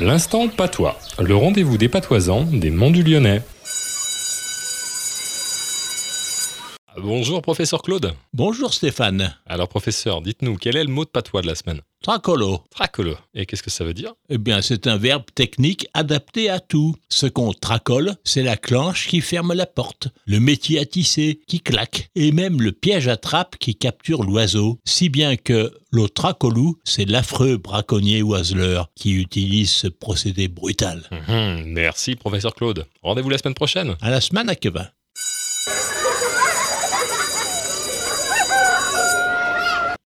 L'instant patois, le rendez-vous des patoisans des Monts du Lyonnais. Bonjour professeur Claude. Bonjour Stéphane. Alors professeur, dites-nous quel est le mot de patois de la semaine Tracolo. Tracolo. Et qu'est-ce que ça veut dire Eh bien, c'est un verbe technique adapté à tout. Ce qu'on tracole, c'est la clenche qui ferme la porte, le métier à tisser qui claque, et même le piège à trappe qui capture l'oiseau. Si bien que le tracolou, c'est l'affreux braconnier oiseleur qui utilise ce procédé brutal. Mhm, Hum, hum, Merci professeur Claude. Rendez-vous la semaine prochaine. À la semaine à Kevin.